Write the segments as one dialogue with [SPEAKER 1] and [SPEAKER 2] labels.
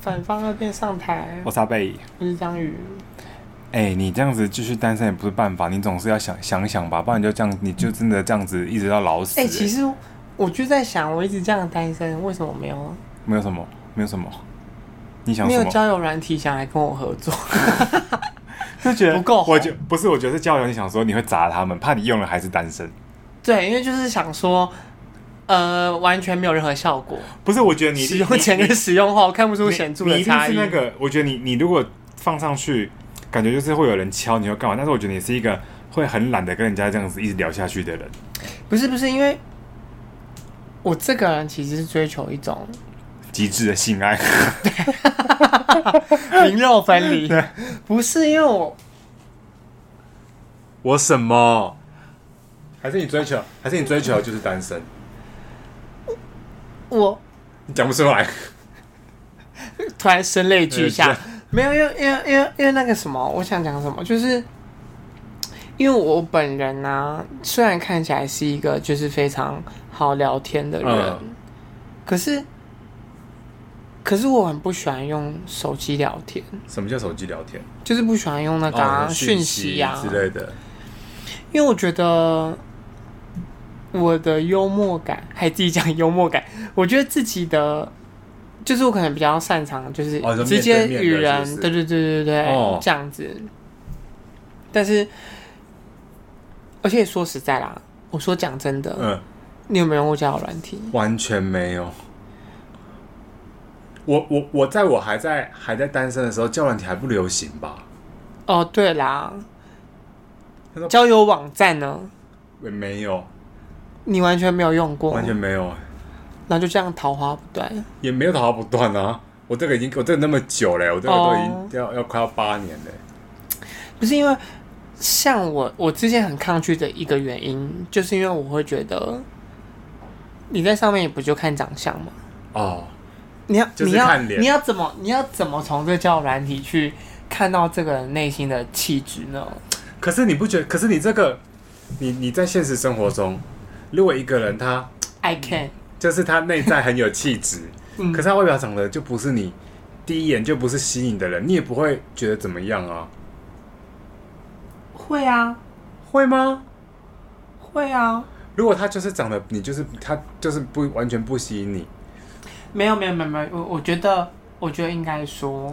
[SPEAKER 1] 反方二辩上台，
[SPEAKER 2] 我是阿贝。
[SPEAKER 1] 我是章鱼。
[SPEAKER 2] 哎、你这样子继续单身也不是办法，你总是要想想想吧，不然你就这样，你就真的这样子一直到老死、
[SPEAKER 1] 哎、
[SPEAKER 2] 哎
[SPEAKER 1] 其实我就在想，我一直这样单身，为什么没有
[SPEAKER 2] 没有什么，没有什么，你想
[SPEAKER 1] 没
[SPEAKER 2] 什
[SPEAKER 1] 有
[SPEAKER 2] 么？
[SPEAKER 1] 交友软体想来跟我合作？
[SPEAKER 2] 就觉得
[SPEAKER 1] 不够红
[SPEAKER 2] 我觉不是，我觉得是交友，你想说你会砸他们，怕你用了还是单身。
[SPEAKER 1] 对，因为就是想说，呃，完全没有任何效果。
[SPEAKER 2] 不是，我觉得你
[SPEAKER 1] 使用前跟使用后看不出显著
[SPEAKER 2] 你你
[SPEAKER 1] 的
[SPEAKER 2] 一定
[SPEAKER 1] 差
[SPEAKER 2] 是
[SPEAKER 1] 异。
[SPEAKER 2] 那个，我觉得你你如果放上去，感觉就是会有人敲你要干嘛，但是我觉得你是一个会很懒得跟人家这样子一直聊下去的人。
[SPEAKER 1] 不是不是，因为我这个人其实是追求一种
[SPEAKER 2] 极致的性爱，
[SPEAKER 1] 灵肉分 离，不是因为我
[SPEAKER 2] 我什么？还是你追求？还是你追求就是单身？
[SPEAKER 1] 我
[SPEAKER 2] 你讲不出来。
[SPEAKER 1] 突然声泪俱
[SPEAKER 2] 呃
[SPEAKER 1] 下
[SPEAKER 2] 这。
[SPEAKER 1] 没有，因为因为因为因为那个什么，我想讲什么，就是因为我本人呢、虽然看起来是一个就是非常好聊天的人，
[SPEAKER 2] 嗯
[SPEAKER 1] 可是可是我很不喜欢用手机聊天，
[SPEAKER 2] 什么叫手机聊天？
[SPEAKER 1] 就是不喜欢用那个啊、
[SPEAKER 2] 哦
[SPEAKER 1] 讯息呀、
[SPEAKER 2] 之类的。
[SPEAKER 1] 因为我觉得我的幽默感，还自己讲幽默感，我觉得自己的就是我可能比较擅长，就是
[SPEAKER 2] 哦就面对
[SPEAKER 1] 直接
[SPEAKER 2] 面的
[SPEAKER 1] 与人，
[SPEAKER 2] 是不是
[SPEAKER 1] 对对对对对，
[SPEAKER 2] 哦
[SPEAKER 1] 这样子。但是，而且说实在啦，我说讲真的，
[SPEAKER 2] 嗯，
[SPEAKER 1] 你有没有用过交友软体？
[SPEAKER 2] 完全没有。我我我在我还在还在单身的时候，交软体还不流行吧？
[SPEAKER 1] 哦，对啦
[SPEAKER 2] 他说，
[SPEAKER 1] 交友网站呢，
[SPEAKER 2] 也没有，
[SPEAKER 1] 你完全没有用过，
[SPEAKER 2] 完全没有，
[SPEAKER 1] 然后就这样桃花不断。
[SPEAKER 2] 也没有讨好不断啊。我这个已经我这个那么久了，我这个都已
[SPEAKER 1] 哦
[SPEAKER 2] 经要、要快要八年了。
[SPEAKER 1] 不是因为像我，我之前很抗拒的一个原因，就是因为我会觉得你在上面也不就看长相吗？
[SPEAKER 2] 哦，
[SPEAKER 1] 你要、
[SPEAKER 2] 就
[SPEAKER 1] 你
[SPEAKER 2] 是
[SPEAKER 1] 要
[SPEAKER 2] 看脸
[SPEAKER 1] 你要怎么你要怎么从这个交友软体去看到这个人内心的气质呢？
[SPEAKER 2] 可是你不觉得？可是你这个，你你在现实生活中，如果一个人他
[SPEAKER 1] I can，
[SPEAKER 2] 就是他内在很有气质，
[SPEAKER 1] 嗯
[SPEAKER 2] 可是他外表长得就不是你第一眼就不是吸引的人，你也不会觉得怎么样啊？
[SPEAKER 1] 会啊，
[SPEAKER 2] 会吗？
[SPEAKER 1] 会啊，
[SPEAKER 2] 如果他就是长得你就是他就是不完全不吸引你，
[SPEAKER 1] 没有没有没有没有，我我觉得我觉得应该说。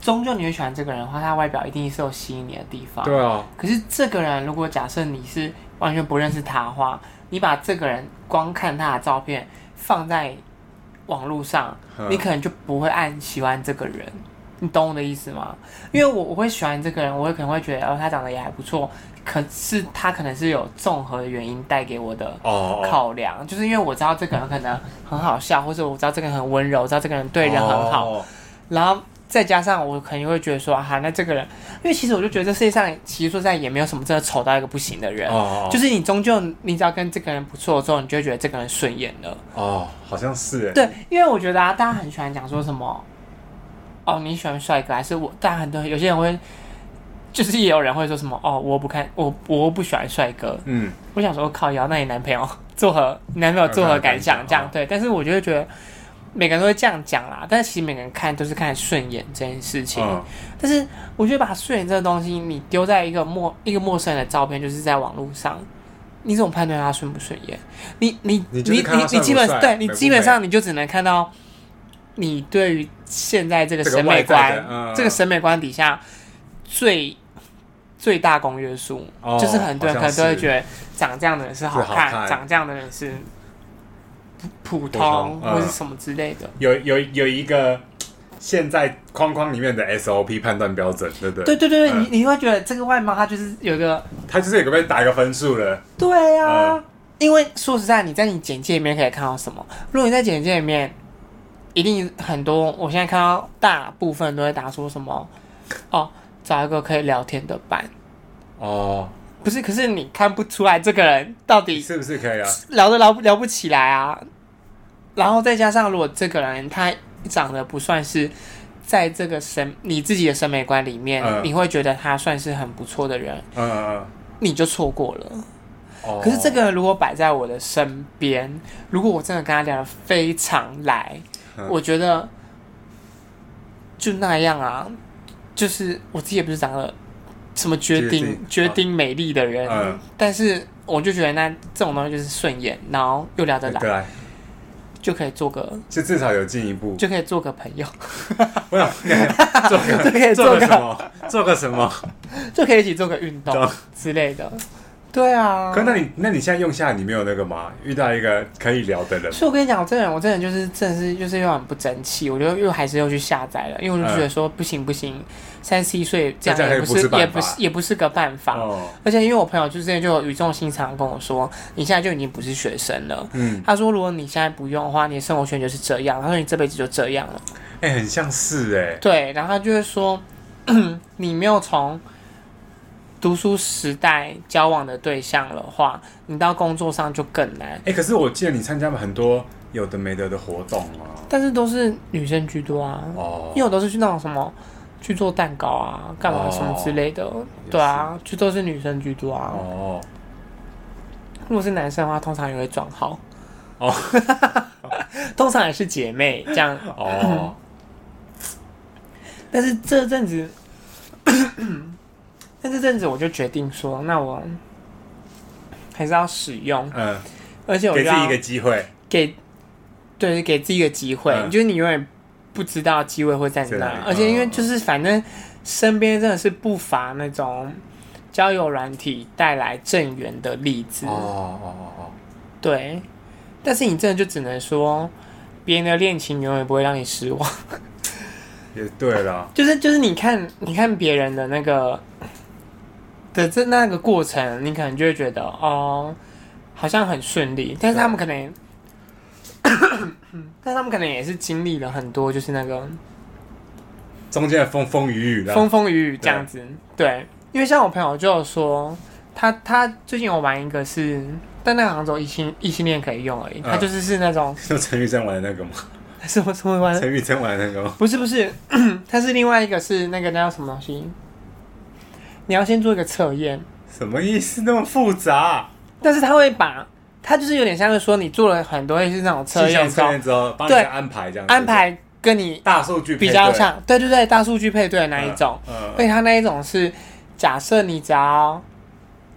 [SPEAKER 1] 终究你会喜欢这个人的话，他外表一定是有吸引你的地方。
[SPEAKER 2] 对啊，
[SPEAKER 1] 可是这个人，如果假设你是完全不认识他的话，你把这个人光看他的照片放在网络上，
[SPEAKER 2] 嗯
[SPEAKER 1] 你可能就不会按喜欢这个人，你懂我的意思吗？
[SPEAKER 2] 嗯
[SPEAKER 1] 因为我我会喜欢这个人，我会可能会觉得哦，他长得也还不错，可是他可能是有综合的原因带给我的。
[SPEAKER 2] 哦，
[SPEAKER 1] 考量就是因为我知道这个人可能很好笑，或者我知道这个人很温柔，我知道这个人对人很好，
[SPEAKER 2] 哦
[SPEAKER 1] 然后再加上我肯定会觉得说，啊哈、那这个人，因为其实我就觉得这世界上其实说实在也没有什么真的丑到一个不行的人，
[SPEAKER 2] 哦，
[SPEAKER 1] 就是你终究你只要跟这个人不错之后，你就会觉得这个人顺眼了。
[SPEAKER 2] 哦，好像是哎，
[SPEAKER 1] 对，因为我觉得啊，大家很喜欢讲说什么，哦，你喜欢帅哥还是我？但很多有些人会，就是也有人会说什么，哦，我不看我我不喜欢帅哥。
[SPEAKER 2] 嗯，
[SPEAKER 1] 我想说，靠腰，那你男朋友 作何？你男朋友作何感想？
[SPEAKER 2] 嗯
[SPEAKER 1] 这样
[SPEAKER 2] 嗯
[SPEAKER 1] 对，但是我就会觉得每个人都会这样讲啦，但是其实每个人看都是看顺眼这件事情。
[SPEAKER 2] 嗯
[SPEAKER 1] 但是我觉得把顺眼这个东西，你丢在一个陌一个陌生人的照片，就是在网络上，你怎么判断他顺不顺眼？你你
[SPEAKER 2] 你
[SPEAKER 1] 你
[SPEAKER 2] 就是
[SPEAKER 1] 你
[SPEAKER 2] 看他帅
[SPEAKER 1] 你
[SPEAKER 2] 不
[SPEAKER 1] 基本
[SPEAKER 2] 帅
[SPEAKER 1] 对
[SPEAKER 2] 美
[SPEAKER 1] 你
[SPEAKER 2] 不
[SPEAKER 1] 基本
[SPEAKER 2] 美
[SPEAKER 1] 上你就只能看到你对于现在这个
[SPEAKER 2] 这个
[SPEAKER 1] 审
[SPEAKER 2] 外
[SPEAKER 1] 美
[SPEAKER 2] 在
[SPEAKER 1] 观
[SPEAKER 2] 的，嗯
[SPEAKER 1] 这个审美观底下最最大公约数，
[SPEAKER 2] 哦
[SPEAKER 1] 就是很多人
[SPEAKER 2] 好
[SPEAKER 1] 可能
[SPEAKER 2] 像
[SPEAKER 1] 都会
[SPEAKER 2] 是
[SPEAKER 1] 觉得长这样的人是好
[SPEAKER 2] 是好
[SPEAKER 1] 看，
[SPEAKER 2] 看
[SPEAKER 1] 长这样的人是普普
[SPEAKER 2] 普通
[SPEAKER 1] 通或
[SPEAKER 2] 嗯
[SPEAKER 1] 是什么之类的。
[SPEAKER 2] 有有有一个现在框框里面的 SOP 判断标准，对不对？
[SPEAKER 1] 对对对对，
[SPEAKER 2] 嗯
[SPEAKER 1] 你你会觉得这个外貌它就是有一个
[SPEAKER 2] 他就是有个被打一个分数了。
[SPEAKER 1] 对呀、啊，
[SPEAKER 2] 嗯
[SPEAKER 1] 因为说实在，你在你简介里面可以看到什么？如果你在简介里面，一定很多。我现在看到大部分都会打说什么哦，找一个可以聊天的伴。
[SPEAKER 2] 哦，
[SPEAKER 1] 不是，可是你看不出来这个人到
[SPEAKER 2] 你
[SPEAKER 1] 底
[SPEAKER 2] 是不是可以啊？
[SPEAKER 1] 聊都聊不聊不起来啊。然后再加上，如果这个人他长得不算是在这个审你自己的审美观里面，
[SPEAKER 2] 嗯
[SPEAKER 1] 你会觉得他算是很不错的人，
[SPEAKER 2] 嗯嗯嗯，
[SPEAKER 1] 你就错过了。
[SPEAKER 2] 哦
[SPEAKER 1] 可是这个如果摆在我的身边，如果我真的跟他聊得非常来，
[SPEAKER 2] 嗯
[SPEAKER 1] 我觉得就那样啊，就是我自己也不是长得什么绝
[SPEAKER 2] 绝
[SPEAKER 1] 顶
[SPEAKER 2] 顶
[SPEAKER 1] 绝顶美丽的人，
[SPEAKER 2] 啊嗯
[SPEAKER 1] 但是我就觉得那这种东西就是顺眼，然后又聊得来，
[SPEAKER 2] 对啊，
[SPEAKER 1] 就可以做个
[SPEAKER 2] 就至少有进一步。
[SPEAKER 1] 就可以做个朋友，
[SPEAKER 2] 不要做个
[SPEAKER 1] 就可以
[SPEAKER 2] 做
[SPEAKER 1] 做个哦
[SPEAKER 2] 个什么？做个什么？
[SPEAKER 1] 就可以一起做个运动
[SPEAKER 2] 懂
[SPEAKER 1] 之类的。对啊，
[SPEAKER 2] 可那你那你现在用下来你没有那个吗？遇到一个可以聊的人，
[SPEAKER 1] 所以我跟你讲，我这个人，我这个人就是真的是就是又很不争气，我就又还是又去下载了，因为我就觉得说、不行不行，三十一岁这
[SPEAKER 2] 那
[SPEAKER 1] 样
[SPEAKER 2] 这样
[SPEAKER 1] 也
[SPEAKER 2] 也
[SPEAKER 1] 不
[SPEAKER 2] 不是
[SPEAKER 1] 是
[SPEAKER 2] 办
[SPEAKER 1] 也
[SPEAKER 2] 法
[SPEAKER 1] 不是也不是个办法。
[SPEAKER 2] 哦，
[SPEAKER 1] 而且因为我朋友就之前就有语重心长地跟我说，你现在就已经不是学生了。
[SPEAKER 2] 嗯，
[SPEAKER 1] 他说，如果你现在不用的话，你的生活圈就是这样。他说你这辈子就这样了。
[SPEAKER 2] 哎、很像是哎、
[SPEAKER 1] 对，然后他就会说， 你没有从读书时代交往的对象的话，你到工作上就更难。
[SPEAKER 2] 哎、可是我记得你参加了很多有的没得的活动啊。
[SPEAKER 1] 但是都是女生居多啊。
[SPEAKER 2] 哦
[SPEAKER 1] 因为，我都是去那种什么去做蛋糕啊、干嘛
[SPEAKER 2] 哦
[SPEAKER 1] 什么之类的，对啊，就都是女生居多啊。
[SPEAKER 2] 哦，
[SPEAKER 1] 如果是男生的话，通常也会转号，
[SPEAKER 2] 哦，
[SPEAKER 1] 通常也是姐妹这样。
[SPEAKER 2] 哦，
[SPEAKER 1] 但是这阵子， 但这阵子我就决定说，那我还是要使用，
[SPEAKER 2] 嗯，
[SPEAKER 1] 而且我
[SPEAKER 2] 给
[SPEAKER 1] 就
[SPEAKER 2] 自己
[SPEAKER 1] 要
[SPEAKER 2] 一个机会，
[SPEAKER 1] 给，对，给自己一个机会，
[SPEAKER 2] 嗯
[SPEAKER 1] 就是你永远不知道机会会在
[SPEAKER 2] 在
[SPEAKER 1] 哪
[SPEAKER 2] 哪里，
[SPEAKER 1] 而且因为
[SPEAKER 2] 嗯
[SPEAKER 1] 就是反正身边真的是不乏那种交友软体带来正缘的例子，
[SPEAKER 2] 哦哦
[SPEAKER 1] 对，但是你真的就只能说。别人的恋情永远不会让你失望，
[SPEAKER 2] 哦，也对了，
[SPEAKER 1] 就是就是你看你看别人的那个的这那个过程，你可能就会觉得哦，好像很顺利，但是他们可能，但是他们可能也是经历了很多，就是那个
[SPEAKER 2] 中间的风风雨雨啦，
[SPEAKER 1] 风风雨雨这样子。对，因为像我朋友就有说，他他最近有玩一个是，但那个好像只有异性异性恋可以用而已，他
[SPEAKER 2] 嗯
[SPEAKER 1] 就是是那种
[SPEAKER 2] 就陈玉珍玩的那个吗？
[SPEAKER 1] 什么什么玩，
[SPEAKER 2] 陈玉珍玩的那个吗？
[SPEAKER 1] 不是不是， 他是另外一个是那个那叫什么东西，你要先做一个测验，
[SPEAKER 2] 什么意思？那么复杂？
[SPEAKER 1] 但是他会把。他就是有点像是说，你做了很多类似那种测
[SPEAKER 2] 气象
[SPEAKER 1] 验之
[SPEAKER 2] 测
[SPEAKER 1] 后，
[SPEAKER 2] 验之后，帮你
[SPEAKER 1] 对
[SPEAKER 2] 安排这样子，
[SPEAKER 1] 安排跟你
[SPEAKER 2] 大数据
[SPEAKER 1] 比较像，对对对，大数据配对的那一种。
[SPEAKER 2] 嗯，
[SPEAKER 1] 所以他那一种是，假设你只要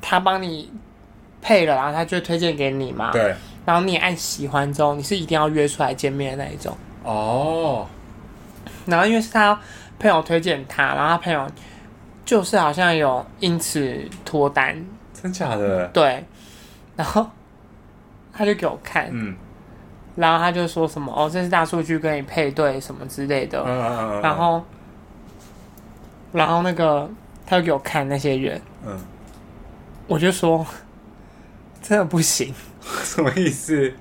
[SPEAKER 1] 他帮你配了，然后他就会推荐给你嘛
[SPEAKER 2] 嗯，。对，
[SPEAKER 1] 然后你也按喜欢之后，你是一定要约出来见面的那一种。
[SPEAKER 2] 哦，
[SPEAKER 1] 然后因为是他朋友推荐他，然后他朋友就是好像有因此脱单，
[SPEAKER 2] 真假的？
[SPEAKER 1] 对。然后他就给我看，
[SPEAKER 2] 嗯，
[SPEAKER 1] 然后他就说什么哦，这是大数据跟你配对什么之类的。
[SPEAKER 2] 嗯嗯嗯，
[SPEAKER 1] 然后，然后那个他就给我看那些人，
[SPEAKER 2] 嗯，
[SPEAKER 1] 我就说 真的不行，
[SPEAKER 2] 什么意思？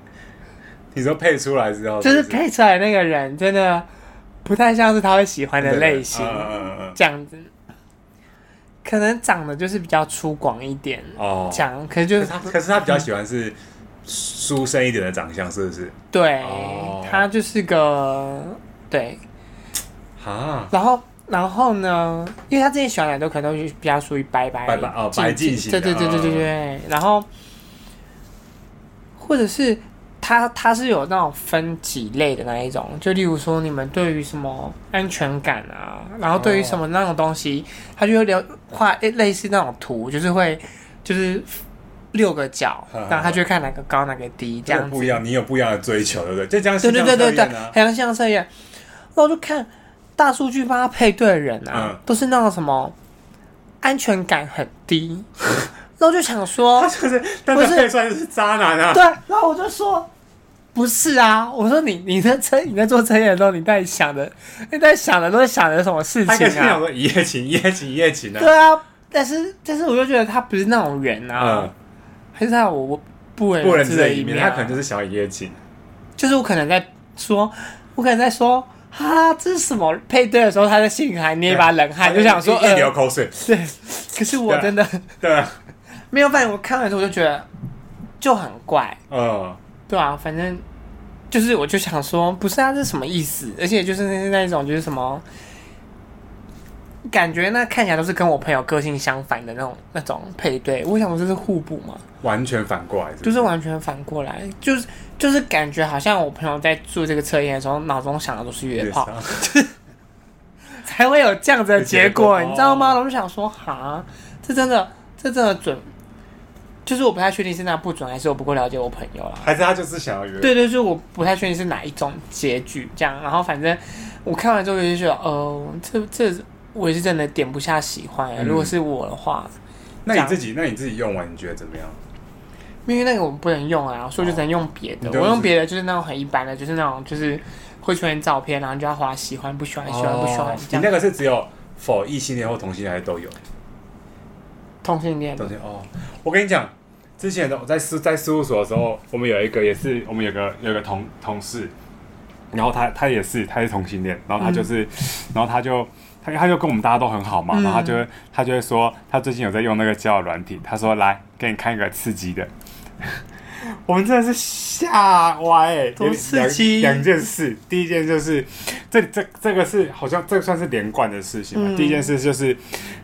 [SPEAKER 2] 你说配出来之后，
[SPEAKER 1] 就是
[SPEAKER 2] 不
[SPEAKER 1] 配出来那个人真的不太像是他会喜欢的类型，
[SPEAKER 2] 嗯嗯嗯嗯
[SPEAKER 1] 这样子，可能长得就是比较粗犷一点，
[SPEAKER 2] 嗯，哦，
[SPEAKER 1] 这样，可是就
[SPEAKER 2] 可
[SPEAKER 1] 是
[SPEAKER 2] 是他可是他比较喜欢是书生一点的长相，是不是？
[SPEAKER 1] 对、
[SPEAKER 2] 哦
[SPEAKER 1] 他就是个对，
[SPEAKER 2] 啊，
[SPEAKER 1] 然后。然后呢？因为他之前喜欢的都可能都是比较属于白白
[SPEAKER 2] 白白哦白净型的哦
[SPEAKER 1] 对对对对对对对。然后，或者是他他是有那种分几类的那一种，就例如说你们对于什么安全感啊，然后对于
[SPEAKER 2] 哦
[SPEAKER 1] 什么那种东西，他就会留画诶类似那种图，就是会就是六个角，
[SPEAKER 2] 嗯嗯
[SPEAKER 1] 然后他就会看哪个高哪个低这
[SPEAKER 2] 这
[SPEAKER 1] 样
[SPEAKER 2] 个
[SPEAKER 1] 子
[SPEAKER 2] 不一。样，你有不一样的追求，对不对？就这样
[SPEAKER 1] 对对对对
[SPEAKER 2] 形象
[SPEAKER 1] 对
[SPEAKER 2] 测验啊，
[SPEAKER 1] 还有像这样，那我就看大数据帮他配对的人啊，
[SPEAKER 2] 嗯
[SPEAKER 1] 都是那种什么安全感很低，那我就想说
[SPEAKER 2] 他，就是，但
[SPEAKER 1] 不
[SPEAKER 2] 他
[SPEAKER 1] 是
[SPEAKER 2] 配出来就是渣男啊！
[SPEAKER 1] 对，然后我就说。不是啊，我说你你在测你在做测验的时候，你在想的你在想的都是想的什么事
[SPEAKER 2] 他
[SPEAKER 1] 情
[SPEAKER 2] 跟你讲
[SPEAKER 1] 啊？
[SPEAKER 2] 说一夜情，一夜情，一夜情啊！
[SPEAKER 1] 对啊，但是但是我就觉得他不是那种人啊，
[SPEAKER 2] 嗯，
[SPEAKER 1] 还是他有我不为
[SPEAKER 2] 不
[SPEAKER 1] 人
[SPEAKER 2] 能
[SPEAKER 1] 知
[SPEAKER 2] 这
[SPEAKER 1] 的
[SPEAKER 2] 一
[SPEAKER 1] 面
[SPEAKER 2] 面，
[SPEAKER 1] 啊、
[SPEAKER 2] 他可能就是想要一夜情。
[SPEAKER 1] 就是我可能在说，我可能在说，哈，这是什么配对的时候，他在心里还捏一把冷汗，就想说，
[SPEAKER 2] 一一流
[SPEAKER 1] 呃，
[SPEAKER 2] 口水，
[SPEAKER 1] 对，可是我真的
[SPEAKER 2] 对啊，
[SPEAKER 1] 没有办法，我看完的时候我就觉得就很怪，
[SPEAKER 2] 嗯，
[SPEAKER 1] 对啊，反正就是我就想说，不是啊，这是什么意思？而且就是那那一种就是什么。感觉那看起来都是跟我朋友个性相反的那种那种配对。我想我这是互补嘛，
[SPEAKER 2] 完全反过来是不
[SPEAKER 1] 就是完全反过来，就是就是感觉好像我朋友在做这个测验的时候，脑中想的都是
[SPEAKER 2] 啊
[SPEAKER 1] 约炮，才会有这样子的结果，
[SPEAKER 2] 结果
[SPEAKER 1] 你知道吗？
[SPEAKER 2] 哦
[SPEAKER 1] 我就想说，哈，这真的这真的准，就是我不太确定是那不准，还是我不够了解我朋友啦。
[SPEAKER 2] 还是他就是想要约？
[SPEAKER 1] 对对，就是我不太确定是哪一种结局这样。然后反正我看完之后我就觉得，哦、这这我也是真的点不下喜欢、欸
[SPEAKER 2] 嗯
[SPEAKER 1] 如果是我的话，
[SPEAKER 2] 那你自己，那你自己用完你觉得怎么样？
[SPEAKER 1] 因为那个我不能用啊，所以我就只能用别的。
[SPEAKER 2] 哦你都是
[SPEAKER 1] 我用别的就是那种很一般的，就是那种就是会出现照片，然后啊你就要划喜欢不喜欢，喜欢不喜欢
[SPEAKER 2] 哦
[SPEAKER 1] 这
[SPEAKER 2] 你那
[SPEAKER 1] 样。
[SPEAKER 2] 个是只有否异性恋或同性恋还是都有？
[SPEAKER 1] 同性恋
[SPEAKER 2] 都是哦。我跟你讲，之前的我在事在事务所的时候，我们有一个也是我们有个有个同同事，然后他他也是他是同性恋，然后他就是，然后他就。他他就跟我们大家都很好嘛，
[SPEAKER 1] 嗯
[SPEAKER 2] 然后他就会他就会说，他最近有在用那个交友软体，他说来给你看一个刺激的， 我们真的是吓歪、欸，
[SPEAKER 1] 多
[SPEAKER 2] 有
[SPEAKER 1] 刺激
[SPEAKER 2] 两两件事，第一件就是这这这个是好像这算是连贯的事情嘛。
[SPEAKER 1] 嗯
[SPEAKER 2] 第一件事就是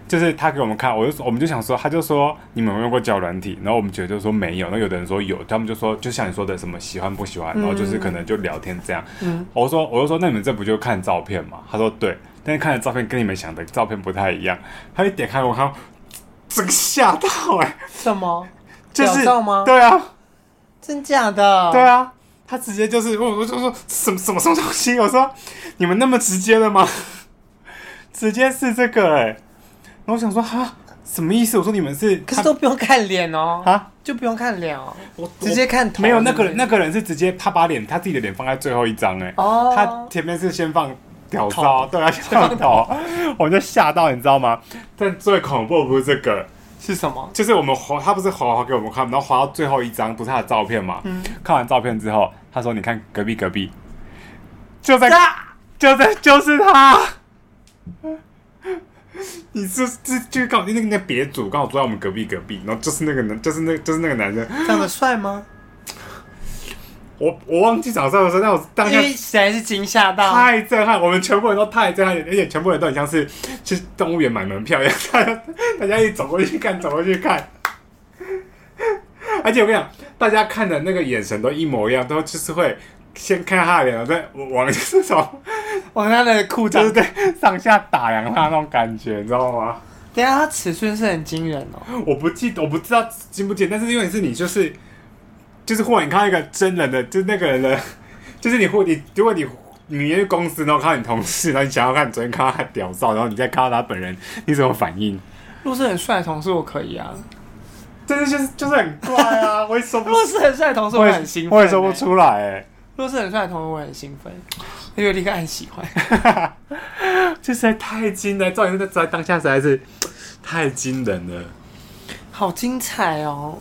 [SPEAKER 2] 就是他给我们看，我就说我们就想说，他就说你们有没有用过交友软体，然后我们觉得就说没有，那有的人说有，他们就说就像你说的什么喜欢不喜欢，然后就是可能就聊天这样。
[SPEAKER 1] 嗯
[SPEAKER 2] 我说我就说那你们这不就看照片吗？他说对，但是看的照片跟你们想的照片不太一样。他一点开我看，整个吓到哎、
[SPEAKER 1] 什么？
[SPEAKER 2] 就是
[SPEAKER 1] 屌照吗
[SPEAKER 2] 对啊。
[SPEAKER 1] 真假的？
[SPEAKER 2] 对，啊，他直接就是我我就说什么什么什么东西，我说你们那么直接的吗？ 直接是这个哎、然后我想说哈什么意思？我说你们是
[SPEAKER 1] 可是都不用看脸哦，
[SPEAKER 2] 啊，
[SPEAKER 1] 就不用看脸哦，
[SPEAKER 2] 我
[SPEAKER 1] 直接看头。
[SPEAKER 2] 没有那个人
[SPEAKER 1] 是不
[SPEAKER 2] 那
[SPEAKER 1] 是
[SPEAKER 2] 个人是直接他把脸他自己的脸放在最后一张哎、
[SPEAKER 1] 哦，
[SPEAKER 2] 他前面是先放屌照，对啊，先放头， 我就吓到你知道吗？但最恐怖的不是这个，
[SPEAKER 1] 是什么？
[SPEAKER 2] 就是我们滑，他不是滑滑给我们看，然后滑到最后一张，不是他的照片嘛？看完照片之后，他说：“你看隔壁隔壁，就在，
[SPEAKER 1] 啊
[SPEAKER 2] 就在，就是他。” 你是这就告那个那别组刚好坐在我们隔壁隔壁，然后就是那个男，就是那就是那个男生，
[SPEAKER 1] 长得帅吗？
[SPEAKER 2] 我我忘记长相的时候，但我当
[SPEAKER 1] 因
[SPEAKER 2] 下
[SPEAKER 1] 为实在是惊吓到，
[SPEAKER 2] 太震撼，我们全部人都太震撼，而且全部人都很像是去动物园买门票一样， 大家大家一走过去看，走过去看。而且我跟你讲，大家看的那个眼神都一模一样，都就是会先看他的脸，然后再往这种，
[SPEAKER 1] 往他的裤
[SPEAKER 2] 就
[SPEAKER 1] 裆
[SPEAKER 2] 是对上下打量他那种感觉，你知道吗？
[SPEAKER 1] 等一下，它尺寸是很惊人哦。
[SPEAKER 2] 我不记，我不知道经不经，但是因为是你就是就是忽然看到一个真人的，就是那个人的， 就是你或你如果你你明天去公司，然后看到你同事，然后你想要看你昨天看到他的屌照，然后你再看到他本人，你怎么反应？
[SPEAKER 1] 如果是很帅的同事，我可以啊；
[SPEAKER 2] 真的就是就是很怪啊， 我也说不
[SPEAKER 1] 如，果是很帅的同事，
[SPEAKER 2] 我
[SPEAKER 1] 我
[SPEAKER 2] 也
[SPEAKER 1] 很兴奋、
[SPEAKER 2] 我也说不。出来、欸，
[SPEAKER 1] 如果是很帅的同事，我很兴奋，因为立刻按喜欢。
[SPEAKER 2] 这实在太惊人，重点是在在当下实在是 太惊人了。
[SPEAKER 1] 好精彩哦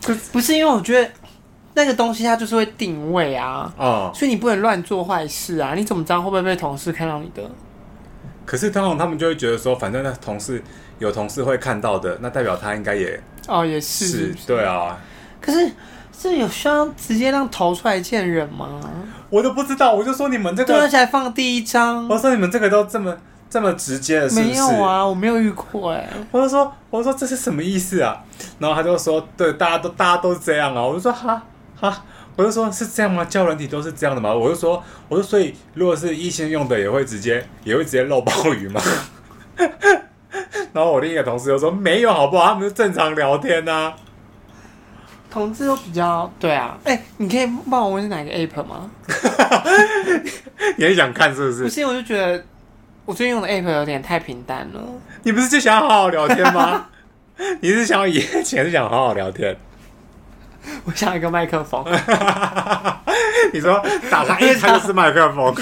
[SPEAKER 2] 这！
[SPEAKER 1] 不是因为我觉得那个东西它就是会定位啊，
[SPEAKER 2] 哦，
[SPEAKER 1] 所以你不能乱做坏事啊！你怎么知道会不会被同事看到你的？
[SPEAKER 2] 可是通常他们就会觉得说，反正那同事有同事会看到的，那代表他应该也
[SPEAKER 1] 哦，也是。
[SPEAKER 2] 是对啊。
[SPEAKER 1] 可是这有需要直接让头出来见人吗？
[SPEAKER 2] 我都不知道，我就说你们这
[SPEAKER 1] 对，啊而
[SPEAKER 2] 个，
[SPEAKER 1] 且还放第一张
[SPEAKER 2] 我。说你们这个都这么这么直接哦的，是不
[SPEAKER 1] 没
[SPEAKER 2] 是？
[SPEAKER 1] 有啊，我没有遇过哎、
[SPEAKER 2] 我就说，我就说这是什么意思啊？然后他就说，对，大家都大家都这样啊。我就说哈哈，我就说是这样吗？教人体都是这样的吗？我就说，我说所以如果是异性用的，也会直接也会直接漏鲍鱼吗？ 然后我另一个同事就说没有好不好？他们就正常聊天呐、啊。
[SPEAKER 1] 同志都比较对啊，哎、你可以帮我问是哪个 app 吗？
[SPEAKER 2] 你很想看是不是？
[SPEAKER 1] 不是，我就觉得我最近用的 app 有点太平淡了。
[SPEAKER 2] 你不是就想要好好聊天吗？ 你是想要以前是想好好聊天？
[SPEAKER 1] 我想要一个麦克风，
[SPEAKER 2] 你说打开一它就是麦克 风，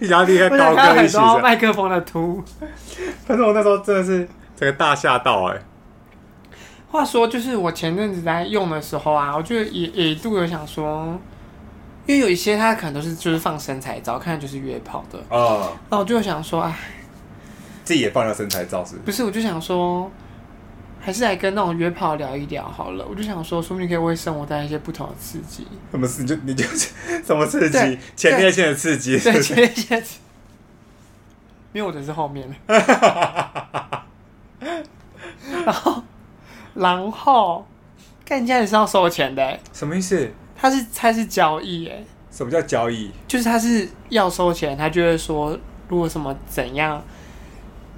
[SPEAKER 2] 你想要立刻
[SPEAKER 1] 我
[SPEAKER 2] 高
[SPEAKER 1] 想看
[SPEAKER 2] 歌一
[SPEAKER 1] 很
[SPEAKER 2] 曲
[SPEAKER 1] 多
[SPEAKER 2] 的。
[SPEAKER 1] 麦克风的图。
[SPEAKER 2] 但是我那时候真的是整个大吓到哎、
[SPEAKER 1] 话说，就是我前阵子在用的时候啊，我就也也一度有想说，因为有一些它可能都是就是放身材照，看就是约炮的。
[SPEAKER 2] 哦，
[SPEAKER 1] 那我就想说，哎，
[SPEAKER 2] 自己也放了身材照是
[SPEAKER 1] 不是，我就想说，还是来跟那种约炮聊一聊好了。我就想说，说不定可以为生活带来一些不同的刺激。
[SPEAKER 2] 什么事？你就 你就是什么刺
[SPEAKER 1] 对
[SPEAKER 2] 激？前列腺的刺激是
[SPEAKER 1] 对，
[SPEAKER 2] 不是？
[SPEAKER 1] 前列腺。没有我的是后 面的。然后，然后，干家也是要收钱的、欸，
[SPEAKER 2] 什么意思？
[SPEAKER 1] 他是他是交易、欸，
[SPEAKER 2] 什么叫交易？
[SPEAKER 1] 就是他是要收钱，他就会说如果什么怎样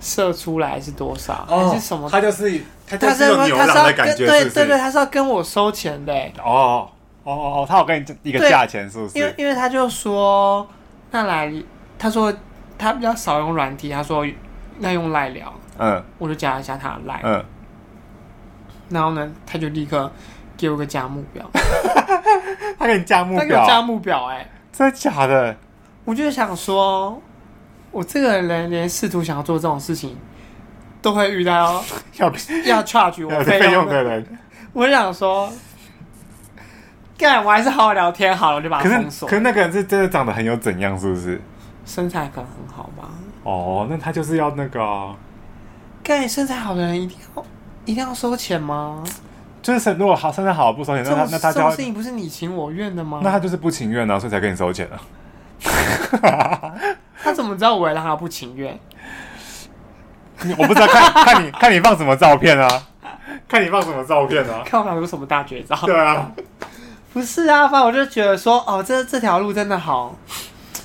[SPEAKER 1] 射出来是多少，还是什么，
[SPEAKER 2] 哦他就是他
[SPEAKER 1] 他
[SPEAKER 2] 就是是有
[SPEAKER 1] 要
[SPEAKER 2] 牛
[SPEAKER 1] 他
[SPEAKER 2] 郎
[SPEAKER 1] 是要
[SPEAKER 2] 的感
[SPEAKER 1] 跟
[SPEAKER 2] 觉，
[SPEAKER 1] 对
[SPEAKER 2] 是不是？
[SPEAKER 1] 对对，他是要跟我收钱的、欸
[SPEAKER 2] 哦哦哦，他有跟你一个
[SPEAKER 1] 对
[SPEAKER 2] 价钱，是不
[SPEAKER 1] 因为
[SPEAKER 2] 是？
[SPEAKER 1] 因为他就说那来，他说他比较少用软体，他说那用赖聊，
[SPEAKER 2] 嗯
[SPEAKER 1] 我就加了一下他的赖、
[SPEAKER 2] 嗯，
[SPEAKER 1] 然后呢，他就立刻给我个加目标，
[SPEAKER 2] 他给你加目
[SPEAKER 1] 他给我加
[SPEAKER 2] 标，
[SPEAKER 1] 目标、哎，
[SPEAKER 2] 真的假的？
[SPEAKER 1] 我就想说，我这个人连试图想要做这种事情，都会遇到
[SPEAKER 2] 要
[SPEAKER 1] 要 charge
[SPEAKER 2] 要
[SPEAKER 1] 我费
[SPEAKER 2] 费用
[SPEAKER 1] 用
[SPEAKER 2] 的
[SPEAKER 1] 的。
[SPEAKER 2] 人，
[SPEAKER 1] 我就想说，干，我还是好好聊天好了，我就把
[SPEAKER 2] 可
[SPEAKER 1] 它封
[SPEAKER 2] 是
[SPEAKER 1] 锁
[SPEAKER 2] 可。是那个人是真的长得很有怎样，是不是？
[SPEAKER 1] 身材可能很好吧？
[SPEAKER 2] 哦，那他就是要那个啊、
[SPEAKER 1] 干，身材好的人一定要一定要收钱吗？
[SPEAKER 2] 就是如果好身材好不收钱，
[SPEAKER 1] 这
[SPEAKER 2] 那他
[SPEAKER 1] 种
[SPEAKER 2] 那他
[SPEAKER 1] 这
[SPEAKER 2] 就
[SPEAKER 1] 种
[SPEAKER 2] 要
[SPEAKER 1] 事情不是你情我愿的吗？
[SPEAKER 2] 那他就是不情愿啊，所以才跟你收钱啊。
[SPEAKER 1] 他怎么知道我会让他不情愿？
[SPEAKER 2] 我不知道看 看你看你放什么照片啊，看你放什么照片啊。
[SPEAKER 1] 看我有什么大绝招？
[SPEAKER 2] 对啊，
[SPEAKER 1] 不是啊，反正我就觉得说，哦，这这条路真的好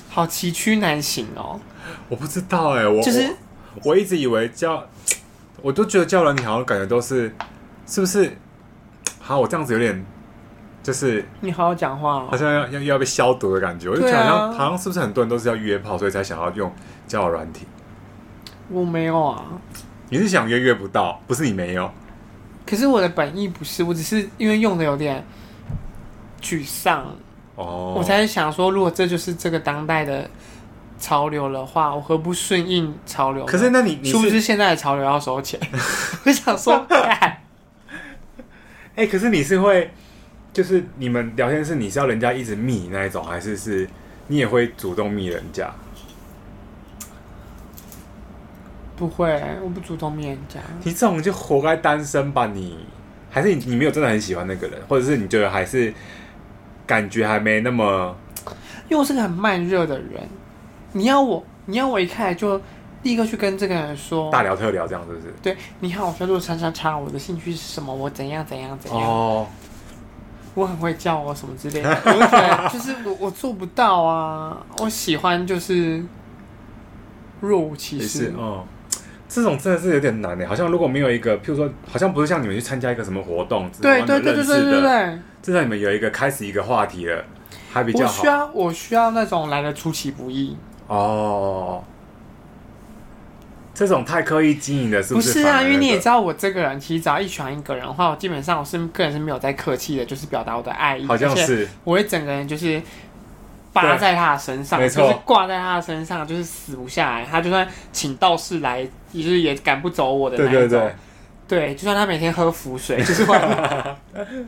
[SPEAKER 1] 好崎岖难行哦。
[SPEAKER 2] 我不知道哎、我
[SPEAKER 1] 就是
[SPEAKER 2] 我我一直以为教，我都觉得教人你好像感觉都是是不是？好，我这样子有点就是
[SPEAKER 1] 你好好讲话、
[SPEAKER 2] 好
[SPEAKER 1] 哦，
[SPEAKER 2] 像要要要被消毒的感觉，我就觉
[SPEAKER 1] 对
[SPEAKER 2] 得
[SPEAKER 1] 啊
[SPEAKER 2] 好像、好像是不是很多人都是要约炮，所以才想要用交友软体？
[SPEAKER 1] 我没有啊。
[SPEAKER 2] 你是想约约不到，不是你没有？
[SPEAKER 1] 可是我的本意不是，我只是因为用的有点沮丧，
[SPEAKER 2] 哦，
[SPEAKER 1] 我才想说，如果这就是这个当代的潮流的话，我何不顺应潮流呢？
[SPEAKER 2] 可是那你你
[SPEAKER 1] 殊不
[SPEAKER 2] 是
[SPEAKER 1] 知现在的潮流要收 钱，我想说，干
[SPEAKER 2] 哎、可是你是会，就是你们聊天是你是要人家一直密那一种，还是是你也会主动密人家？
[SPEAKER 1] 不会，我不主动面人家。
[SPEAKER 2] 你这种就活该单身吧你？还是你你没有真的很喜欢那个人，或者是你觉得还是感觉还没那么
[SPEAKER 1] 因为我是个很慢热的人，你要我，你要我一开始就立刻去跟这个人说，
[SPEAKER 2] 大聊特聊这样，是不是？
[SPEAKER 1] 对，你好，我叫做叉叉叉，我的兴趣是什么，我怎样怎样怎样，
[SPEAKER 2] 哦，
[SPEAKER 1] 我很会叫我什么之类的，我就觉 得就是我我做不到啊，我喜欢就是若无其
[SPEAKER 2] 也
[SPEAKER 1] 事
[SPEAKER 2] 是，哦。这种真的是有点难的，欸好像如果没有一个，譬如说，好像不是像你们去参加一个什么活动，
[SPEAKER 1] 对对对对对对
[SPEAKER 2] 对，
[SPEAKER 1] 对，
[SPEAKER 2] 至少你们有一个开始一个话题了，还比
[SPEAKER 1] 我
[SPEAKER 2] 较
[SPEAKER 1] 需
[SPEAKER 2] 好
[SPEAKER 1] 要我需要那种来的出其不意，
[SPEAKER 2] 哦。这种太刻意经营的，是
[SPEAKER 1] 不
[SPEAKER 2] 是
[SPEAKER 1] 是
[SPEAKER 2] 反而
[SPEAKER 1] 啊，
[SPEAKER 2] 那个？
[SPEAKER 1] 因为你也知道我这个人，其实只要一喜欢一个人的话，我基本上我是个人是没有在客气的，就是表达我的爱意，
[SPEAKER 2] 好像
[SPEAKER 1] 而且
[SPEAKER 2] 是
[SPEAKER 1] 我会整个人就是扒
[SPEAKER 2] 对
[SPEAKER 1] 在他的身上，
[SPEAKER 2] 没错
[SPEAKER 1] 就是挂在他的身上，就是死不下来。他就算请道士来，也就是也赶不走我的那
[SPEAKER 2] 对
[SPEAKER 1] 一种。
[SPEAKER 2] 对对，
[SPEAKER 1] 对就算他每天喝符水， 就是我还是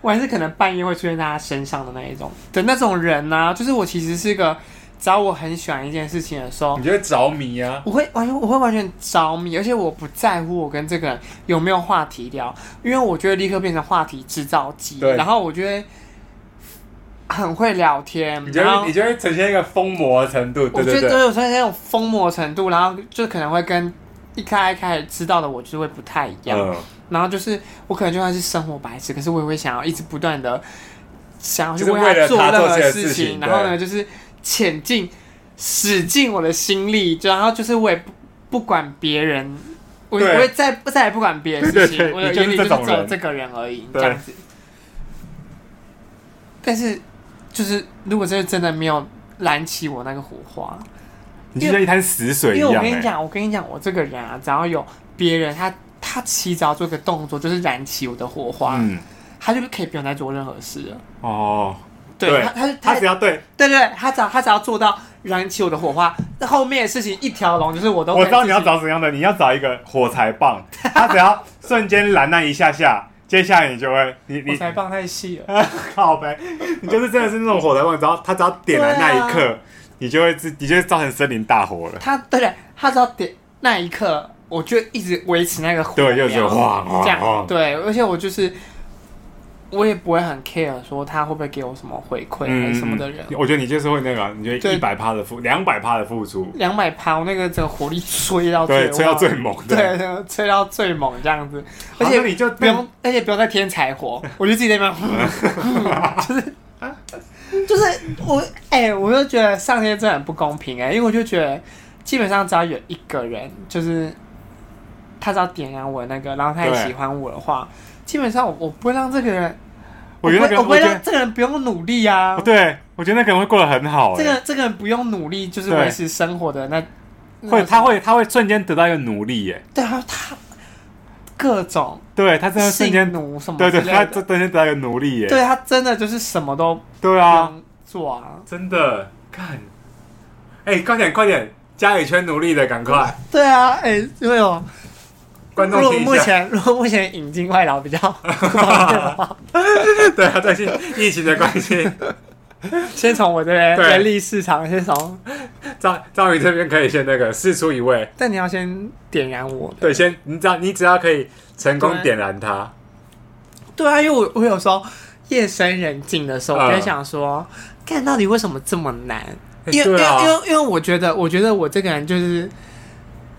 [SPEAKER 1] 我还是可能半夜会出现在他身上的那一种的那种人呢、啊就是我其实是一个，只要我很喜欢一件事情的时候
[SPEAKER 2] 你。觉得着迷啊？
[SPEAKER 1] 我会完全，我会完全着迷，而且我不在乎我跟这个人有没有话题聊，因为我觉得立刻变成话题制造机，
[SPEAKER 2] 对
[SPEAKER 1] 然后我觉得很会聊天，
[SPEAKER 2] 你觉
[SPEAKER 1] 然后
[SPEAKER 2] 得你觉得呈现一个疯魔的程度？
[SPEAKER 1] 我
[SPEAKER 2] 对
[SPEAKER 1] 觉
[SPEAKER 2] 对
[SPEAKER 1] 得
[SPEAKER 2] 对，
[SPEAKER 1] 都有出现那种疯魔程度，然后就可能会跟一开一开始知道的我就会不太一样，
[SPEAKER 2] 嗯，
[SPEAKER 1] 然后就是我可能就算是生活白痴，可是我也会想要一直不断的想要去
[SPEAKER 2] 就是为
[SPEAKER 1] 他
[SPEAKER 2] 了
[SPEAKER 1] 做
[SPEAKER 2] 他
[SPEAKER 1] 任
[SPEAKER 2] 做
[SPEAKER 1] 何
[SPEAKER 2] 这些
[SPEAKER 1] 事
[SPEAKER 2] 事
[SPEAKER 1] 情，
[SPEAKER 2] 情
[SPEAKER 1] 然后呢就
[SPEAKER 2] 对
[SPEAKER 1] 是潜进使尽我的心力，就然后就是我也不不管别人，我
[SPEAKER 2] 对
[SPEAKER 1] 我也再再也不管别的事情，
[SPEAKER 2] 对对对
[SPEAKER 1] 我的
[SPEAKER 2] 你就是
[SPEAKER 1] 眼里就是
[SPEAKER 2] 这种
[SPEAKER 1] 只有
[SPEAKER 2] 人
[SPEAKER 1] 这个人而已，这
[SPEAKER 2] 对
[SPEAKER 1] 样子。但是就是如果真的真的没有燃起我那个火花，
[SPEAKER 2] 你就像一滩死水一
[SPEAKER 1] 因为我
[SPEAKER 2] 样、
[SPEAKER 1] 跟你
[SPEAKER 2] 欸。
[SPEAKER 1] 讲，我跟你讲，我这个人啊，只要有别人他他起只要做个动作，就是燃起我的火花，
[SPEAKER 2] 嗯，
[SPEAKER 1] 他就可以不用再做任何事了。
[SPEAKER 2] 哦，
[SPEAKER 1] 对他，他就
[SPEAKER 2] 他
[SPEAKER 1] 他
[SPEAKER 2] 只要对，
[SPEAKER 1] 对对对，他只要他只要做到燃起我的火花，那后面的事情一条龙，就是我都
[SPEAKER 2] 我知道
[SPEAKER 1] 可以
[SPEAKER 2] 你要
[SPEAKER 1] 自己
[SPEAKER 2] 找怎样的，你要找一个火柴 棒，他只要瞬间拦那一下下，接下来你就会，你
[SPEAKER 1] 火
[SPEAKER 2] 你
[SPEAKER 1] 柴棒太细了。
[SPEAKER 2] 靠呗， 你就是真的是那种火柴棒，只要他只要点燃那一
[SPEAKER 1] 啊
[SPEAKER 2] 刻，你就会自，你就会造成森林大火了。
[SPEAKER 1] 他对对，他只要点那一刻，我就一直维持那个火
[SPEAKER 2] 对
[SPEAKER 1] 苗
[SPEAKER 2] 就是晃晃
[SPEAKER 1] 这样
[SPEAKER 2] 晃
[SPEAKER 1] 对，而且我就是我也不会很 care 说他会不会给我什么回馈还是什么的人。
[SPEAKER 2] 嗯我觉得你就是会那个啊，你觉得
[SPEAKER 1] 对
[SPEAKER 2] 一百趴的付，两百趴的付出，
[SPEAKER 1] 两百趴，我那个整个火力吹到最
[SPEAKER 2] 对，
[SPEAKER 1] 旺
[SPEAKER 2] 吹到最猛的，
[SPEAKER 1] 对，对吹到最猛这样子，而
[SPEAKER 2] 好
[SPEAKER 1] 且
[SPEAKER 2] 那你就
[SPEAKER 1] 不用，而且不用再添柴 火，我就自己在那嗯边，啊就是就是我哎、我就觉得上天真的很不公平哎、因为我就觉得基本上只要有一个人，就是他只要点燃我那个，然后他也
[SPEAKER 2] 对
[SPEAKER 1] 喜欢我的话，基本上我我不会让这个人，
[SPEAKER 2] 我觉得那
[SPEAKER 1] 不会
[SPEAKER 2] 个人，
[SPEAKER 1] 我不会
[SPEAKER 2] 觉
[SPEAKER 1] 让
[SPEAKER 2] 得，
[SPEAKER 1] 这个人不用努力啊
[SPEAKER 2] 哦，对我觉得那个人会过得很好，
[SPEAKER 1] 这
[SPEAKER 2] 哎
[SPEAKER 1] 个这个人不用努力就是
[SPEAKER 2] 对
[SPEAKER 1] 维持生活的那，那
[SPEAKER 2] 哎会
[SPEAKER 1] 个
[SPEAKER 2] 他会他会瞬间得到一个奴隶耶，
[SPEAKER 1] 对啊他各种
[SPEAKER 2] 对他真的瞬
[SPEAKER 1] 性
[SPEAKER 2] 间，
[SPEAKER 1] 奴什么
[SPEAKER 2] 对
[SPEAKER 1] 之
[SPEAKER 2] 对，
[SPEAKER 1] 类的
[SPEAKER 2] 他真瞬间得到一个奴隶耶，
[SPEAKER 1] 对他真的就是什么都
[SPEAKER 2] 对
[SPEAKER 1] 不
[SPEAKER 2] 啊，
[SPEAKER 1] 用做啊。
[SPEAKER 2] 真的看，哎，快点快点，家里缺奴隶的，赶快，
[SPEAKER 1] 对啊，哎、因为我
[SPEAKER 2] 观众
[SPEAKER 1] 如果
[SPEAKER 2] 听一
[SPEAKER 1] 目
[SPEAKER 2] 下，
[SPEAKER 1] 前 如果目前引进外劳比较 方便的话，
[SPEAKER 2] 对啊，最近疫情的关系，
[SPEAKER 1] 先从我这边
[SPEAKER 2] 对
[SPEAKER 1] 人力市场先从，
[SPEAKER 2] 赵赵宇这边可以先那个试出一位，
[SPEAKER 1] 但你要先点燃我的。
[SPEAKER 2] 对，先你只要你只要可以成功
[SPEAKER 1] 对
[SPEAKER 2] 点燃他，
[SPEAKER 1] 对啊，因为我我有时候夜深人静的时候，我
[SPEAKER 2] 嗯
[SPEAKER 1] 就想说，看、到底为什么这么难？
[SPEAKER 2] 哎
[SPEAKER 1] 因为、
[SPEAKER 2] 对啊
[SPEAKER 1] 因为因为因为我觉得，我觉得我这个人就是，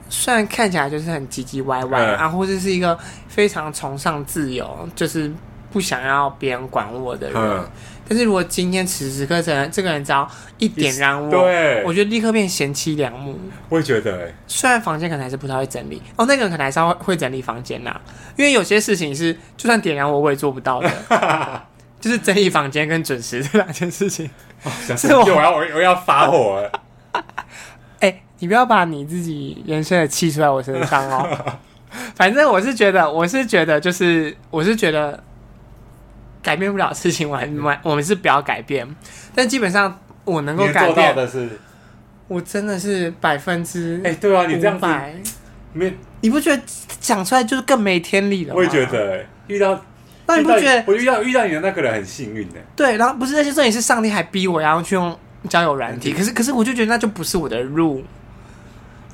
[SPEAKER 1] 虽然看起来就是很唧唧歪歪、
[SPEAKER 2] 嗯
[SPEAKER 1] 啊，或者是一个非常崇尚自由，就是不想要别人管我的人。
[SPEAKER 2] 嗯，
[SPEAKER 1] 但是如果今天此时此刻，这个人这个人只要一点燃我，
[SPEAKER 2] 对
[SPEAKER 1] 我觉得立刻变贤妻良母。
[SPEAKER 2] 我也觉得哎。
[SPEAKER 1] 虽然房间可能还是不太会整理，哦，那个人可能还是要会整理房间啦，因为有些事情是就算点燃我我也做不到的， 就是整理房间跟准时这两件事情。
[SPEAKER 2] 是我要我我要发火 了，
[SPEAKER 1] 哎、你不要把你自己人生的气出在我身上 哦。反正我是觉得，我是觉得，就是我是觉得改变不了事情，我
[SPEAKER 2] 嗯
[SPEAKER 1] 还蛮我们是不要改变，但基本上我能够
[SPEAKER 2] 你
[SPEAKER 1] 改
[SPEAKER 2] 做到
[SPEAKER 1] 变，
[SPEAKER 2] 的是，
[SPEAKER 1] 我真的是百分之
[SPEAKER 2] 哎、对啊，你这样
[SPEAKER 1] 五
[SPEAKER 2] 子，
[SPEAKER 1] 百，啊
[SPEAKER 2] 没，
[SPEAKER 1] 你不觉得讲出来就是更没天理了吗？
[SPEAKER 2] 我也觉，得、哎遇到，
[SPEAKER 1] 那你不
[SPEAKER 2] 遇到
[SPEAKER 1] 觉得
[SPEAKER 2] 我遇到遇到你的那个人很幸运欸呢、
[SPEAKER 1] 对？然后不是那些重点是上帝还逼我，然后去用交友软体，
[SPEAKER 2] 嗯
[SPEAKER 1] 可是可是我就觉得那就不是我的路，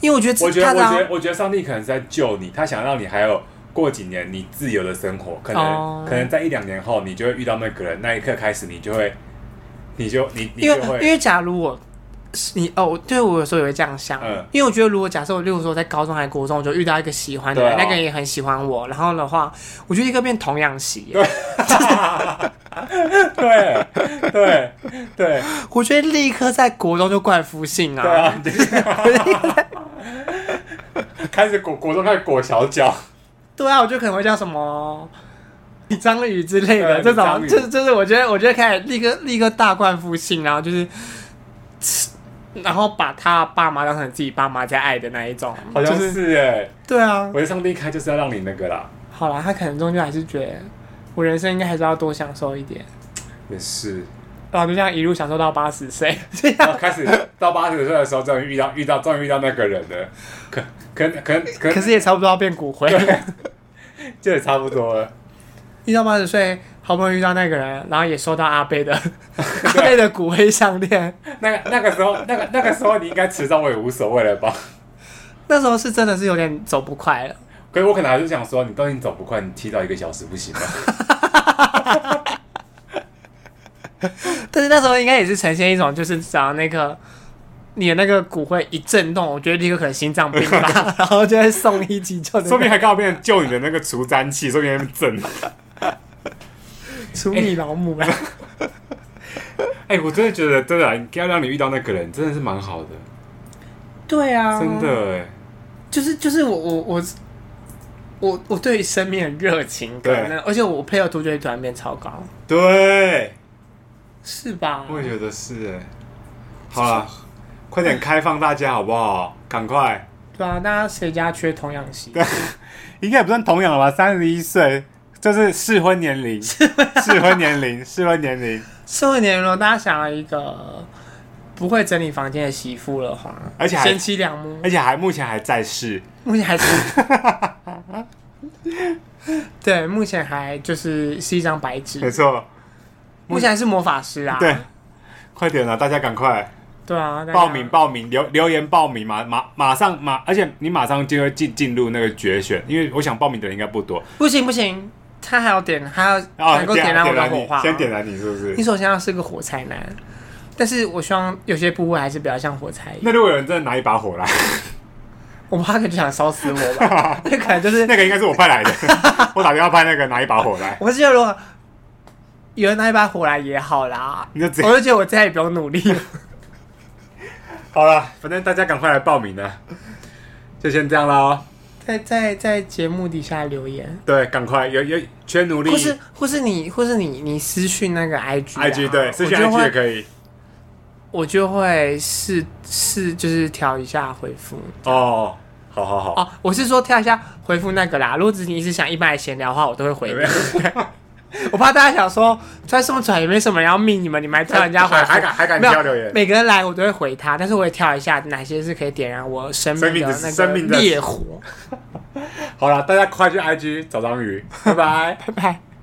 [SPEAKER 1] 因为我觉得
[SPEAKER 2] 我觉得，
[SPEAKER 1] 他啊
[SPEAKER 2] 我
[SPEAKER 1] 只要
[SPEAKER 2] 觉得，我觉得上帝可能是在救你，他想让你还有过几年你自由的生活，可能、
[SPEAKER 1] 哦
[SPEAKER 2] 可能在一两年后，你就会遇到那个人，那一刻开始，你就会，你就你你
[SPEAKER 1] 因
[SPEAKER 2] 就
[SPEAKER 1] 为因
[SPEAKER 2] 会，
[SPEAKER 1] 为假如我是你哦，对我有时候也会这样想，
[SPEAKER 2] 嗯
[SPEAKER 1] 因为我觉得如果假设我，例如说在高中还国中，我就遇到一个喜欢的人，
[SPEAKER 2] 对啊
[SPEAKER 1] 那个人也很喜欢我，然后的话，我就立刻变童养媳耶，
[SPEAKER 2] 对 对对
[SPEAKER 1] 我觉得立刻在国中就冠夫姓
[SPEAKER 2] 对
[SPEAKER 1] 啊，
[SPEAKER 2] 啊， 开始裹裹中开始裹小脚，
[SPEAKER 1] 对啊，我就可能会叫什么。张宇之类的
[SPEAKER 2] 对
[SPEAKER 1] 这
[SPEAKER 2] 张
[SPEAKER 1] 种，
[SPEAKER 2] 宇
[SPEAKER 1] 就是就是，我觉得我觉得开始立刻立刻大冠夫姓，然后就是，然后把他爸妈当成自己爸妈在爱的那一种，
[SPEAKER 2] 好像
[SPEAKER 1] 就是
[SPEAKER 2] 是哎、
[SPEAKER 1] 对啊
[SPEAKER 2] 我，觉得上帝开就是要让你那个啦，
[SPEAKER 1] 好啦，他可能终究还是觉得我人生应该还是要多享受一点，
[SPEAKER 2] 也是。
[SPEAKER 1] 然后就这样一路享受到八十 岁。这样
[SPEAKER 2] 然后开始到八十岁的时候，终于遇到遇到终于遇到那个人了，可可可可
[SPEAKER 1] 可是也差不多要变骨灰。
[SPEAKER 2] 这也差不多了。
[SPEAKER 1] 遇到八十岁，好不容易遇到那个人，然后也收到阿 贝的阿贝的骨灰项链。
[SPEAKER 2] 那个那个时候，那个那个时候你应该迟到我也无所谓了吧？
[SPEAKER 1] 那时候是真的是有点走不快了。
[SPEAKER 2] 可是我可能还是想说，你都已经走不快，你提早一个小时不行吗？
[SPEAKER 1] 但是那时候应该也是呈现一种，就是只要那个你的那个骨灰一震动，我觉得立刻可能心脏病发， 然后就会 送医急救的
[SPEAKER 2] 说不定还刚好变成救你的那个除簪器，说不定还正。
[SPEAKER 1] 处理老母啊了。
[SPEAKER 2] 哎、我真的觉得真的啊要让你遇到那个人，真的是蛮好的，
[SPEAKER 1] 对啊，
[SPEAKER 2] 真的哎、
[SPEAKER 1] 就是就是我我我我我对于生命的热情
[SPEAKER 2] 对
[SPEAKER 1] 感，那而且我配合度就会突然变超高，
[SPEAKER 2] 对，
[SPEAKER 1] 是吧？
[SPEAKER 2] 我也觉得是哎、好了，快点开放大家好不好？赶快。
[SPEAKER 1] 对啊，大家谁家缺童养媳？
[SPEAKER 2] 应该也不算童养了吧？三十一岁，就是适婚年 龄，适婚年龄，适婚年龄。
[SPEAKER 1] 社会年龄，大家想要一个不会整理房间的媳妇的话，
[SPEAKER 2] 而且还
[SPEAKER 1] 贤妻良母，
[SPEAKER 2] 而且还目前还在世，
[SPEAKER 1] 目前还是。 对，目前还就是是一张白
[SPEAKER 2] 没
[SPEAKER 1] 纸，
[SPEAKER 2] 错，
[SPEAKER 1] 目前还是魔法师啊。
[SPEAKER 2] 对，快点啊了，大家赶快
[SPEAKER 1] 对啊，大家
[SPEAKER 2] 报名报名，留留言报名，马马马上马，而且你马上就会进进入那个决选，因为我想报名的人应该不多，
[SPEAKER 1] 不行不行，他还要点，还要
[SPEAKER 2] 哦，
[SPEAKER 1] 能够点
[SPEAKER 2] 燃
[SPEAKER 1] 燃我的
[SPEAKER 2] 你
[SPEAKER 1] 火花。
[SPEAKER 2] 先点啊燃你是不是
[SPEAKER 1] 你？首先要是个火柴男，但是我希望有些部位还是比较像火柴。
[SPEAKER 2] 那如果有人真的拿一把火来，
[SPEAKER 1] 我妈可能就想烧死我 吧，那可能就是，
[SPEAKER 2] 那个应该是我 派来的，我打电话派那个拿一把火来，
[SPEAKER 1] 我是觉得如果有人拿一把火来也好啦，
[SPEAKER 2] 你就直接
[SPEAKER 1] 我就觉得我再也不用努力了。
[SPEAKER 2] 好了，反正大家赶快来报名啊！就先这样喽。
[SPEAKER 1] 在在在节目底下留言，
[SPEAKER 2] 对，赶快有有缺努力
[SPEAKER 1] 或是或是你或是你你私讯那个 IG 啊
[SPEAKER 2] ，IG 对，私信
[SPEAKER 1] 我就
[SPEAKER 2] IG 也
[SPEAKER 1] 会
[SPEAKER 2] 可以
[SPEAKER 1] 我就会试试就是调一下回复
[SPEAKER 2] 哦。好好 好，
[SPEAKER 1] 哦，我是说调一下回复那个啦。如果只是你一直想一般来闲聊的话，我都会回
[SPEAKER 2] 有
[SPEAKER 1] 你
[SPEAKER 2] 没。有？
[SPEAKER 1] 我怕大家想说，穿送转也没什么人要命你们，你们还挑人家回
[SPEAKER 2] 还
[SPEAKER 1] 复，
[SPEAKER 2] 还敢还敢
[SPEAKER 1] 没有
[SPEAKER 2] 挑留言？
[SPEAKER 1] 每个人来我都会回他，但是我会挑一下哪些是可以点燃我生
[SPEAKER 2] 生
[SPEAKER 1] 命
[SPEAKER 2] 命
[SPEAKER 1] 的
[SPEAKER 2] 的
[SPEAKER 1] 那
[SPEAKER 2] 生
[SPEAKER 1] 个
[SPEAKER 2] 命的
[SPEAKER 1] 烈火。
[SPEAKER 2] 好了，大家快去 IG 找章鱼，拜拜。
[SPEAKER 1] 拜拜。